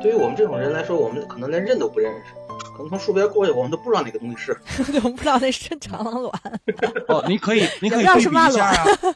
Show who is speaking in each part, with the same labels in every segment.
Speaker 1: 对于我们这种人来说，我们可能连认都不认识，可能从树边过去，我们都不知道哪个东西是。
Speaker 2: 我不知道那是蟑螂卵，
Speaker 3: 哦，你可以，你可以
Speaker 2: 也不
Speaker 3: 对
Speaker 2: 知
Speaker 3: 比
Speaker 2: 道是
Speaker 3: 一下啊。
Speaker 2: 啊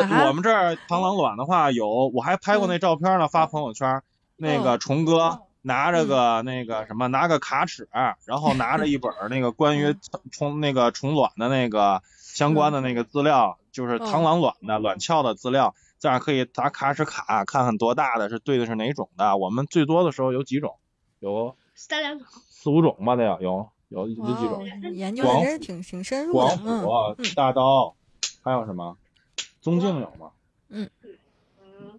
Speaker 3: 呃，我们这儿螳螂卵的话有，我还拍过那照片呢，发朋友圈。那个虫哥拿着个那个什么，拿个卡尺，然后拿着一本儿那个关于虫那个虫卵的那个相关的那个资料，就是螳螂卵的卵鞘的资料，这样可以拿卡尺卡看看多大的是对的是哪种的。我们最多的时候有几种，有
Speaker 4: 三两口，
Speaker 3: 四五种吧得有，有有有
Speaker 2: 哇
Speaker 3: 几种
Speaker 2: 哦。，你研究的
Speaker 3: 广
Speaker 2: 真是挺挺深入
Speaker 3: 广
Speaker 2: 的，
Speaker 3: 府
Speaker 2: 嗯
Speaker 3: 啊、大刀，还有什么？宗敬有吗？
Speaker 4: 嗯，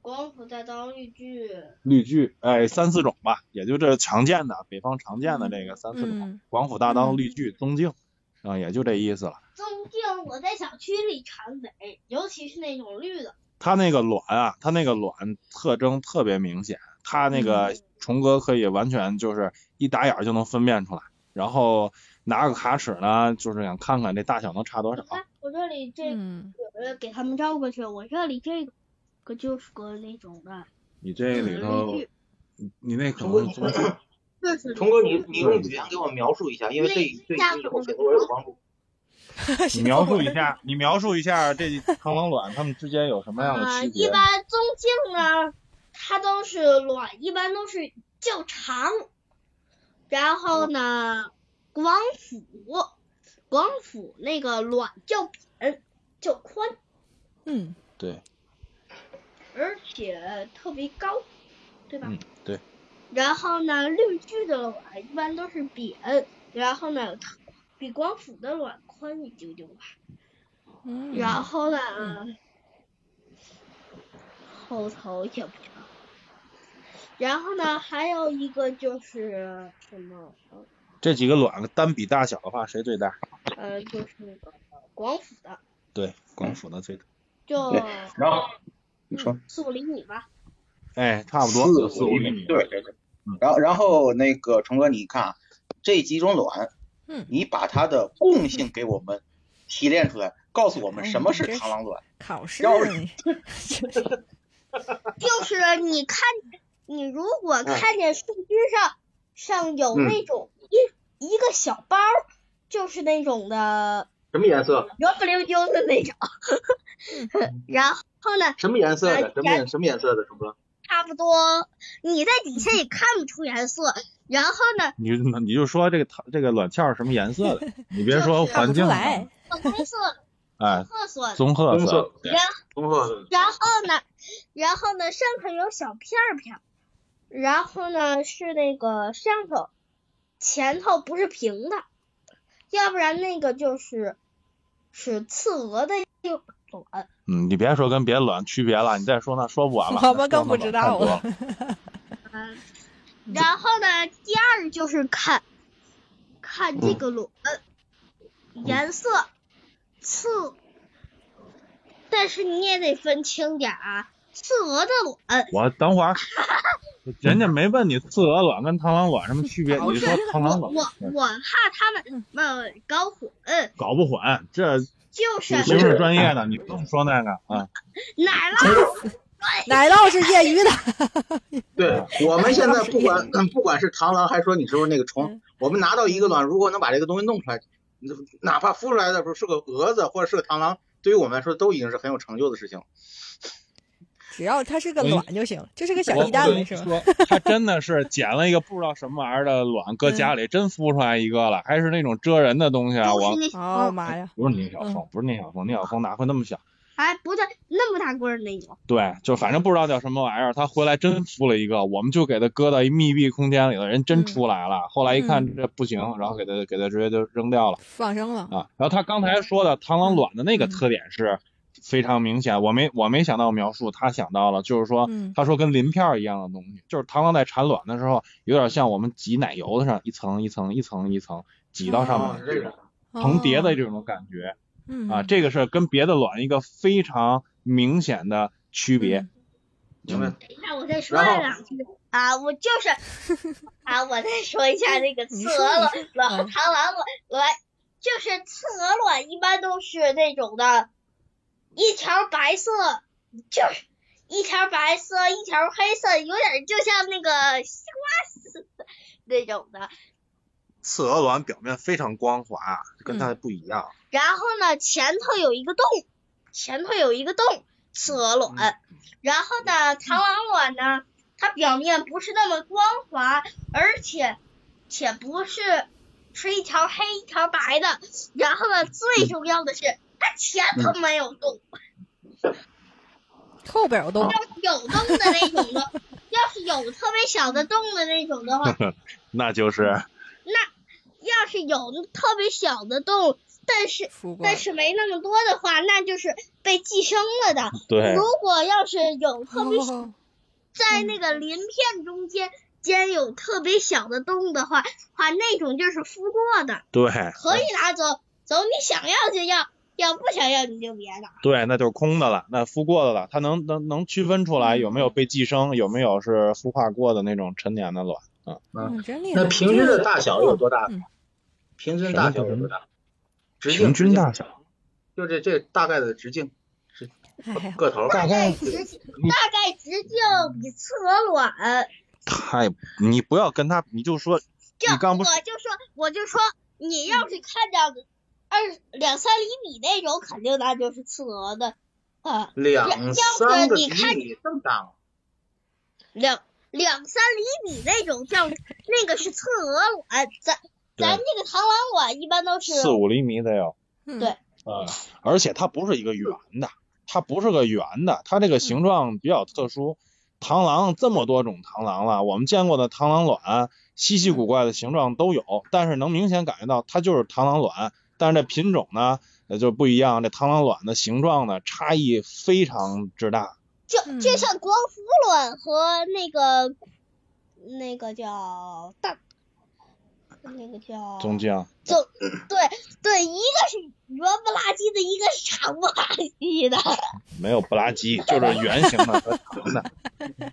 Speaker 4: 光伏大刀、绿具，
Speaker 3: 绿巨，哎，三四种吧，也就这常见的，北方常见的这个三四种，
Speaker 2: 嗯
Speaker 3: 广府大刀、
Speaker 2: 嗯
Speaker 3: 绿巨、宗敬，啊、也就这意思了。
Speaker 4: 增进我在小区里常逮，尤其是那种绿的。
Speaker 3: 它那个卵啊，它那个卵特征特别明显，它那
Speaker 2: 嗯
Speaker 3: 个虫哥可以完全就是一打眼儿就能分辨出来，然后拿个卡尺呢，就是想看看这大小能差多
Speaker 4: 我
Speaker 3: 少。
Speaker 4: 看我这里这个
Speaker 2: 嗯，
Speaker 4: 呃给他们绕过去，我这里这个就是个那种的
Speaker 3: 你这里
Speaker 2: 嗯
Speaker 3: 头，你你那可
Speaker 1: 虫哥
Speaker 3: 能
Speaker 1: 你
Speaker 3: 从
Speaker 4: 这是
Speaker 1: 虫哥，你你用语言给我描述一下，因为对对你以后写作文有帮助。
Speaker 2: 嗯
Speaker 3: 你描述一下，你描述一下这螳螂卵它们之间有什么样的
Speaker 4: 啊，
Speaker 3: 区
Speaker 4: 一
Speaker 2: 呃
Speaker 3: 别？
Speaker 4: 般棕茎呢，它都是卵，一般都是较长。然后呢，广府，广府那个卵较扁，较宽，
Speaker 2: 嗯，
Speaker 3: 对，
Speaker 4: 而且特别高，对吧？
Speaker 3: 嗯，对。
Speaker 4: 然后呢，绿巨的卵一般都是扁，然后呢，它比广府的卵宽一丢丢吧。
Speaker 2: 嗯
Speaker 4: 然后呢，后头也不知道。然后呢，还有一个就是什么，
Speaker 3: 这几个卵单比大小的话，谁最大？
Speaker 4: 呃，就是那个广府的，
Speaker 3: 对，广府的最大。
Speaker 4: 就
Speaker 1: 对然后你说
Speaker 4: 四五厘米吧。
Speaker 3: 哎，差不多有四五厘米。
Speaker 1: 对对对
Speaker 3: 嗯。
Speaker 1: 啊然后然后那个虫哥，你看啊这几种卵
Speaker 2: 嗯，
Speaker 1: 你把它的共性给我们提炼出来，告诉我们
Speaker 2: 哎
Speaker 1: 什么是
Speaker 2: 你真是
Speaker 1: 螳螂卵。
Speaker 2: 考试
Speaker 1: 要
Speaker 2: 呢，
Speaker 4: 就是你看，你如果看见树枝上上有
Speaker 1: 嗯
Speaker 4: 那种一一个小包儿，就是那种的
Speaker 1: 什么颜色？
Speaker 4: 圆不溜丢的那种。然后呢，
Speaker 1: 什么颜色的？
Speaker 4: 哎
Speaker 1: 什么颜什么颜色的？虫哥，
Speaker 4: 差不多你在底下也看不出颜色。然后呢，
Speaker 3: 你就你就说这个它这个卵鞘是什么颜色的，你别
Speaker 2: 看
Speaker 3: 说
Speaker 2: 不
Speaker 3: 环
Speaker 2: 出
Speaker 3: 境啊，
Speaker 2: 来，
Speaker 4: 黑色、
Speaker 3: 哎，
Speaker 4: 褐色的。
Speaker 3: 棕褐
Speaker 1: 棕
Speaker 3: 色
Speaker 1: 色，
Speaker 3: 对
Speaker 1: 棕褐色的。
Speaker 4: 然后呢，然后呢，上头有小片儿片儿。然后呢，是那个上头前头不是平的，要不然那个就是是刺鹅的一种卵。
Speaker 3: 嗯，你别说跟别的卵区别了，你再说那说不完了。
Speaker 2: 我们更不知道
Speaker 3: 了
Speaker 2: 了。。
Speaker 4: 然后呢，第二就是看，看这个卵、颜色、刺，但是你也得分清点儿啊。刺鹅的卵，
Speaker 3: 我等会儿，人家没问你刺鹅卵跟螳螂卵什么区别，
Speaker 2: 考
Speaker 3: 你
Speaker 2: 试
Speaker 3: 说螳
Speaker 4: 我
Speaker 3: 螂卵
Speaker 4: 我我怕他们们搞混，
Speaker 3: 搞不混，这五
Speaker 4: 就是
Speaker 3: 行是专业的，你不用说那个啊。
Speaker 4: 奶酪，
Speaker 2: 奶酪是业余的， 啊
Speaker 1: 对我们现在不管嗯不管是螳螂还说你是不是那个虫
Speaker 2: 嗯，
Speaker 1: 我们拿到一个卵，如果能把这个东西弄出来，哪怕孵出来的时候是个蛾子或者是个螳螂，对于我们来说都已经是很有成就的事情。
Speaker 2: 只要它是个
Speaker 3: 我
Speaker 2: 卵就行，这是个小
Speaker 3: 我
Speaker 2: 鸡蛋
Speaker 3: 我
Speaker 2: 呗，
Speaker 3: 跟
Speaker 2: 是
Speaker 3: 你
Speaker 2: 吧？
Speaker 3: 说，他真的是捡了一个不知道什么玩意儿的卵，搁家里真孵出来一个了，还是那种蜇人的东西啊！
Speaker 4: 都
Speaker 3: 我
Speaker 4: 是那嗯
Speaker 2: 哦
Speaker 4: 种，
Speaker 2: 妈呀，
Speaker 3: 不是聂小凤，不是聂小凤，聂小凤哪会那么小？
Speaker 4: 哎，不对，那么大个儿那种，
Speaker 3: 对，就反正不知道叫什么玩意儿，他回来真孵了一个，我们就给他搁到一密闭空间里了，人
Speaker 4: 嗯
Speaker 3: 真出来了。后来一看这不行，然后给他给他直接就扔掉了
Speaker 2: 放生了，
Speaker 3: 啊。然后他刚才说的螳螂卵的那个特点是，非常明显，我没我没想到描述，他想到了，就是说
Speaker 2: 嗯
Speaker 3: 他说跟鳞片儿一样的东西，就是螳螂在产卵的时候，有点像我们挤奶油的上一层一层一层一层挤到上
Speaker 1: 哦
Speaker 3: 面
Speaker 1: 这
Speaker 3: 这
Speaker 1: 个
Speaker 3: 种层叠的
Speaker 2: 这
Speaker 3: 这种感觉啊，
Speaker 2: 嗯
Speaker 3: 这个是跟别的卵一个非常明显的区别。
Speaker 1: 明白。
Speaker 4: 那我再说两句啊，我就是 啊，我再说一下那个
Speaker 2: 你
Speaker 4: 刺
Speaker 2: 说
Speaker 4: 鹅卵
Speaker 2: 你
Speaker 4: 卵
Speaker 2: 嗯
Speaker 4: 螳螂卵卵，就是刺鹅卵一般都是那种的，一条白色，就是一条白色，一条黑色，有点就像那个西瓜丝 那种的。
Speaker 3: 刺鹅卵表面非常光滑，跟它不一样。
Speaker 4: 然后呢，前头有一个洞，前头有一个洞，刺鹅卵。然后呢，螳螂卵呢，它表面不是那么光滑，而且且不是是一条黑一条白的。然后呢，最重要的是，它前头没有洞，
Speaker 2: 后边有洞，
Speaker 4: 要是有洞的那种的，要是有特别小的洞的那种的话，
Speaker 3: 那就是
Speaker 4: 要是有特别小的洞，但是
Speaker 2: 福官
Speaker 4: 但是没那么多的话，那就是被寄生了的。
Speaker 3: 对
Speaker 4: 如果要是有特别小
Speaker 2: 哦
Speaker 4: 在那个鳞片中间间有特别小的洞的话，话那种就是孵过的，
Speaker 3: 对
Speaker 4: 可以拿走，走你想要就要，要不想要你就别拿。
Speaker 3: 对，那就是空的了，那孵过的了，它能能能区分出来有没有被寄生，有没有是孵化过的那种陈年的卵。
Speaker 2: 嗯，真厉害。
Speaker 1: 那平均的大小有多大
Speaker 2: 嗯？
Speaker 1: 平均大小有多大？直径
Speaker 3: 平均大
Speaker 1: 直
Speaker 3: 小
Speaker 1: 径就这这大概的直径
Speaker 2: 哎呀，
Speaker 1: 个头。
Speaker 3: 大概
Speaker 4: 直径大概直径比刺鹅卵，
Speaker 3: 太，你不要跟它，你就说
Speaker 4: 就
Speaker 3: 你刚不是
Speaker 4: 我就说我就说你要是看到二两三厘米那种，肯定那就是刺鹅的，啊，
Speaker 1: 两三个
Speaker 4: 要是你看
Speaker 1: 厘米这么大吗？
Speaker 4: 两两三厘米那种 叫那个是刺鹅卵，哎咱咱
Speaker 3: 对
Speaker 4: 这个螳螂卵一般都是
Speaker 3: 四五厘米得有，
Speaker 2: 嗯
Speaker 4: 对
Speaker 3: 啊，而且它不是一个圆的，它不是个圆的，它这
Speaker 2: 嗯
Speaker 3: 个形状比较特殊。螳螂这么多种螳螂了，我们见过的螳螂卵稀奇古怪的形状都有，但是能明显感觉到它就是螳螂卵，但是这品种呢呃就不一样，这螳螂卵的形状呢差异非常之大。
Speaker 4: 就
Speaker 2: 嗯
Speaker 4: 就像光伏卵和那个那个叫大，那个叫
Speaker 2: 哦
Speaker 3: 总经，
Speaker 4: 对对，一个是圆不拉几的，一个是长不拉几的。
Speaker 3: 没有不拉几，就是圆形的和长的。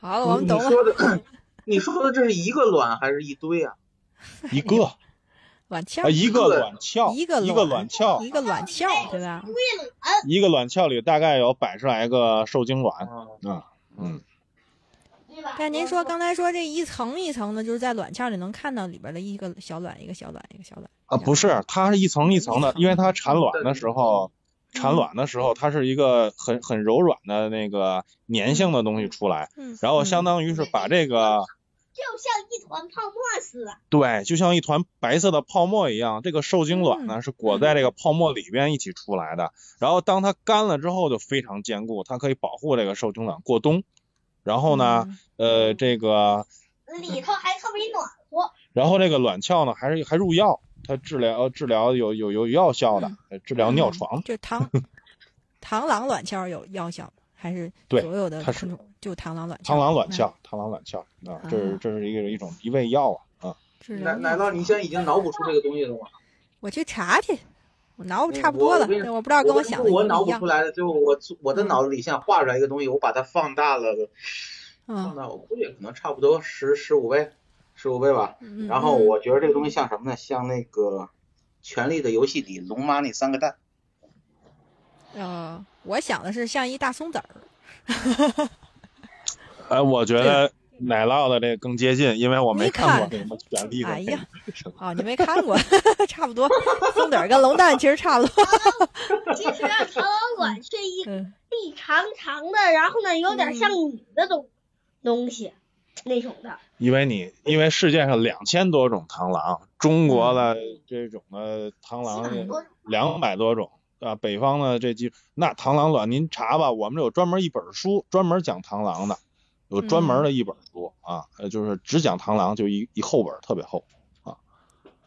Speaker 2: 好了，我们
Speaker 1: 你
Speaker 2: 懂
Speaker 1: 你
Speaker 3: 哎
Speaker 2: 了。
Speaker 1: 说的， 你说的这是一个卵还是一堆啊？
Speaker 3: 一个啊、
Speaker 2: 卵鞘，
Speaker 3: 一个卵鞘，
Speaker 2: 一
Speaker 3: 一
Speaker 2: 个
Speaker 3: 个
Speaker 2: 卵
Speaker 3: 卵鞘，
Speaker 2: 一个卵鞘，对吧？
Speaker 3: 一个卵鞘里大概有百十来个受精卵。
Speaker 1: 哦
Speaker 3: 嗯，
Speaker 2: 但您说刚才说这一层一层的，就是在卵鞘里能看到里边的一个小卵，一个小卵，一个小卵。
Speaker 3: 啊，不是，它是一层一层的，因为它产卵的时候，
Speaker 2: 嗯
Speaker 3: 产卵的时候它是一个很很柔软的那个粘性的东西出来，
Speaker 2: 嗯，
Speaker 3: 然后相当于是把这个
Speaker 4: 就像一团泡沫似的，
Speaker 3: 对，就像一团白色的泡沫一样，这个受精卵呢是裹在这个泡沫里边一起出来的。然后当它干了之后就非常坚固，它可以保护这个受精卵过冬。然后呢，
Speaker 2: 嗯
Speaker 3: 呃，这个，
Speaker 4: 里头还特别暖和。
Speaker 3: 然后这个卵鞘呢还是还入药，它治疗呃治疗有有有药效的，呃治疗尿床。
Speaker 2: 就螳螳螂卵鞘有药效吗还是
Speaker 3: 对
Speaker 2: 所有的
Speaker 3: 它是
Speaker 2: 昆虫就螳螂卵嗯鞘？
Speaker 3: 螳螂卵鞘，螳螂卵鞘啊，这是这是一个一种一味药啊啊，
Speaker 2: 治疗
Speaker 1: 奶奶
Speaker 2: 尿
Speaker 1: 酪，你现在已经脑补出这个东西了吗？
Speaker 2: 我去查去，我脑补
Speaker 1: 嗯
Speaker 2: 差不多
Speaker 1: 我
Speaker 2: 了，
Speaker 1: 我跟你
Speaker 2: 但我不知道跟
Speaker 1: 我
Speaker 2: 想的
Speaker 1: 跟你
Speaker 2: 一
Speaker 1: 说我
Speaker 2: 不
Speaker 1: 脑
Speaker 2: 一
Speaker 1: 补
Speaker 2: 样
Speaker 1: 出。来的，就我我的脑子里现在画出来一个东西，我把它放大了，放
Speaker 2: 嗯
Speaker 1: 大我估计可能差不多十十五倍，十五倍吧。
Speaker 2: 嗯，
Speaker 1: 然后我觉得这个东西像什么呢？像那个《权力的游戏》里龙妈那三个蛋。
Speaker 2: 嗯呃，我想的是像一大松子儿，
Speaker 3: 哎，我觉得奶酪的这更接近，因为我
Speaker 2: 嗯
Speaker 3: 没
Speaker 2: 你
Speaker 3: 看
Speaker 2: 看
Speaker 3: 过什么权力的
Speaker 2: 哎
Speaker 3: 那
Speaker 2: 呀
Speaker 3: 个什么。
Speaker 2: 哦，你没看过， 差不多，松子儿跟龙蛋其实差不多。
Speaker 4: 其实啊螳螂卵是一
Speaker 2: 嗯，
Speaker 4: 粒长长的，然后呢有点像米的东东西那种的。
Speaker 3: 因为你因为世界上两千多种螳螂，中国的
Speaker 2: 嗯
Speaker 3: 这种的螳螂两百多种啊，北方的这几那螳螂卵您查吧，我们有专门一本书专门讲螳螂的，有专门的一本书啊，呃，就是只讲螳螂就一一厚本儿特别厚。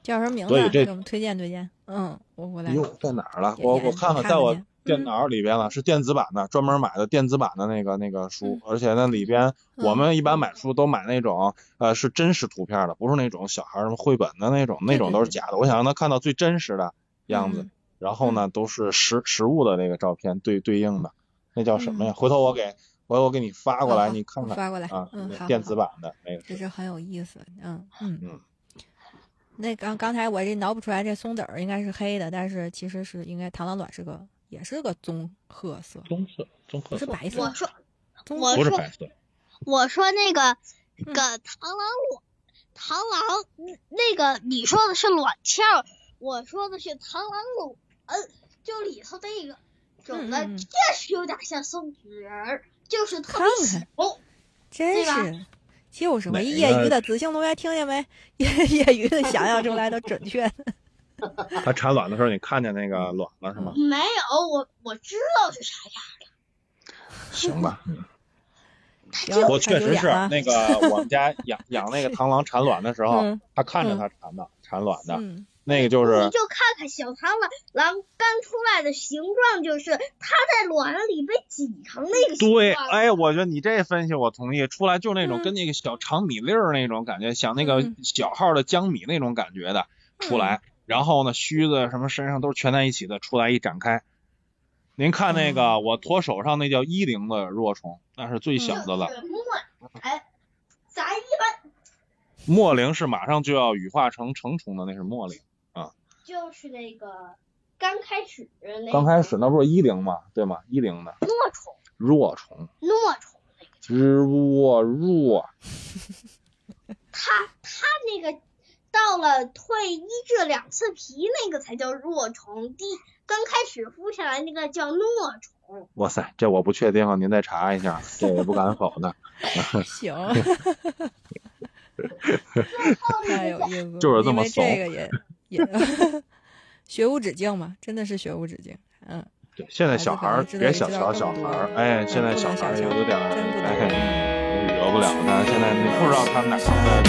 Speaker 2: 叫什么名字
Speaker 3: 所以
Speaker 2: 啊？
Speaker 3: 这哎
Speaker 2: 给我们推荐推荐。嗯，我我来
Speaker 3: 哟，在哪儿了？
Speaker 2: 也
Speaker 3: 我
Speaker 2: 也
Speaker 3: 我看
Speaker 2: 看嗯
Speaker 3: 在我
Speaker 2: 去
Speaker 3: 电脑里边了，是电子版的，专门买的电子版的那个那个书，
Speaker 2: 嗯
Speaker 3: 而且那里边我们一般买书都买那种呃是真实图片的，不是那种小孩儿什么绘本的那种，那种都是假的。我想让他看到最真实的样子，
Speaker 2: 嗯
Speaker 3: 然后呢都是实实物的那个照片对对应的，那叫什么呀？回头我给回头我给你发过来，
Speaker 2: 嗯好
Speaker 3: 你看看
Speaker 2: 发过来
Speaker 3: 啊
Speaker 2: 嗯，好，
Speaker 3: 电
Speaker 2: 好
Speaker 3: 子版的那个
Speaker 2: 这
Speaker 3: 是
Speaker 2: 是很有意思，嗯
Speaker 3: 嗯
Speaker 2: 嗯。那刚刚才我这脑补出来，这松子儿应该是黑的，但是其实是应该螳螂卵是个也是个棕褐色，
Speaker 3: 棕色，棕褐
Speaker 2: 不是
Speaker 3: 色，
Speaker 2: 白色
Speaker 4: 我，说
Speaker 2: 棕
Speaker 4: 我
Speaker 3: 不是
Speaker 4: 说
Speaker 3: 白色，
Speaker 4: 我说那个
Speaker 2: 嗯
Speaker 4: 个螳螂卵，螳螂嗯那个你说的是卵鞘，我说的是螳螂卵，呃，就里头那个长得
Speaker 2: 嗯嗯嗯
Speaker 4: 确实有点像松子仁儿，就是特别
Speaker 2: 看
Speaker 4: 小
Speaker 2: 看。真
Speaker 4: 对吧
Speaker 2: 是就是嘛，
Speaker 3: 哪
Speaker 2: 业余
Speaker 5: 个
Speaker 2: 的子星同学听见没？ 业业余的想象出来都准确。啊
Speaker 3: 他产卵的时候你看见那个卵了是吗？
Speaker 4: 没有，我我知道是啥样。
Speaker 3: 行吧。
Speaker 2: 行 看
Speaker 3: 我确
Speaker 2: 久眼啊
Speaker 3: 实是
Speaker 2: 了
Speaker 3: 那个，我们家养 养那个螳螂产卵的时候
Speaker 2: 嗯，
Speaker 3: 他看着
Speaker 2: 嗯
Speaker 3: 它产的产卵的，
Speaker 2: 嗯，
Speaker 3: 那个就是
Speaker 4: 你就看看小螳螂狼刚出来的形状，就是它在卵里被挤成那个形
Speaker 3: 对，
Speaker 4: 状。
Speaker 3: 哎，我觉得你这分析我同意，出来就那种
Speaker 2: 嗯
Speaker 3: 跟那个小长米粒儿那种感觉，像那个
Speaker 2: 嗯
Speaker 3: 小号的江米那种感觉的出来，然后呢须子什么身上都是全在一起的，出来一展开。您看那
Speaker 2: 哦
Speaker 3: 个我托手上那叫衣灵的若虫，那是最
Speaker 2: 嗯
Speaker 3: 小的了，
Speaker 4: 哎，咱一般
Speaker 3: 末灵是马上就要羽化成成虫的，那是末灵。
Speaker 4: 就是那个刚开始那个
Speaker 3: 刚开始那不是衣灵吗？对吗？衣灵的
Speaker 4: 糯虫，
Speaker 3: 若虫。
Speaker 4: 糯虫那个，
Speaker 3: 之若若，
Speaker 4: 它它那个到了蜕一至两次皮那个才叫弱虫，第刚开始孵下来那个叫糯虫。
Speaker 3: 哇塞，这我不确定啊，您再查一下，这也不敢否呢，
Speaker 2: 行，
Speaker 4: 后
Speaker 2: 太
Speaker 4: 面
Speaker 2: 有意思了，
Speaker 3: 就是这
Speaker 2: 因
Speaker 3: 么
Speaker 2: 为
Speaker 3: 怂
Speaker 2: 这个也也 学无止境嘛，真的是学无止境，嗯。
Speaker 3: 对，现在小孩儿别想小小孩儿，哎，现
Speaker 2: 嗯
Speaker 3: 在小孩儿有点儿哎
Speaker 2: 真不懂
Speaker 3: 哎，。物语了不了的，现在你不知道他哪儿来的。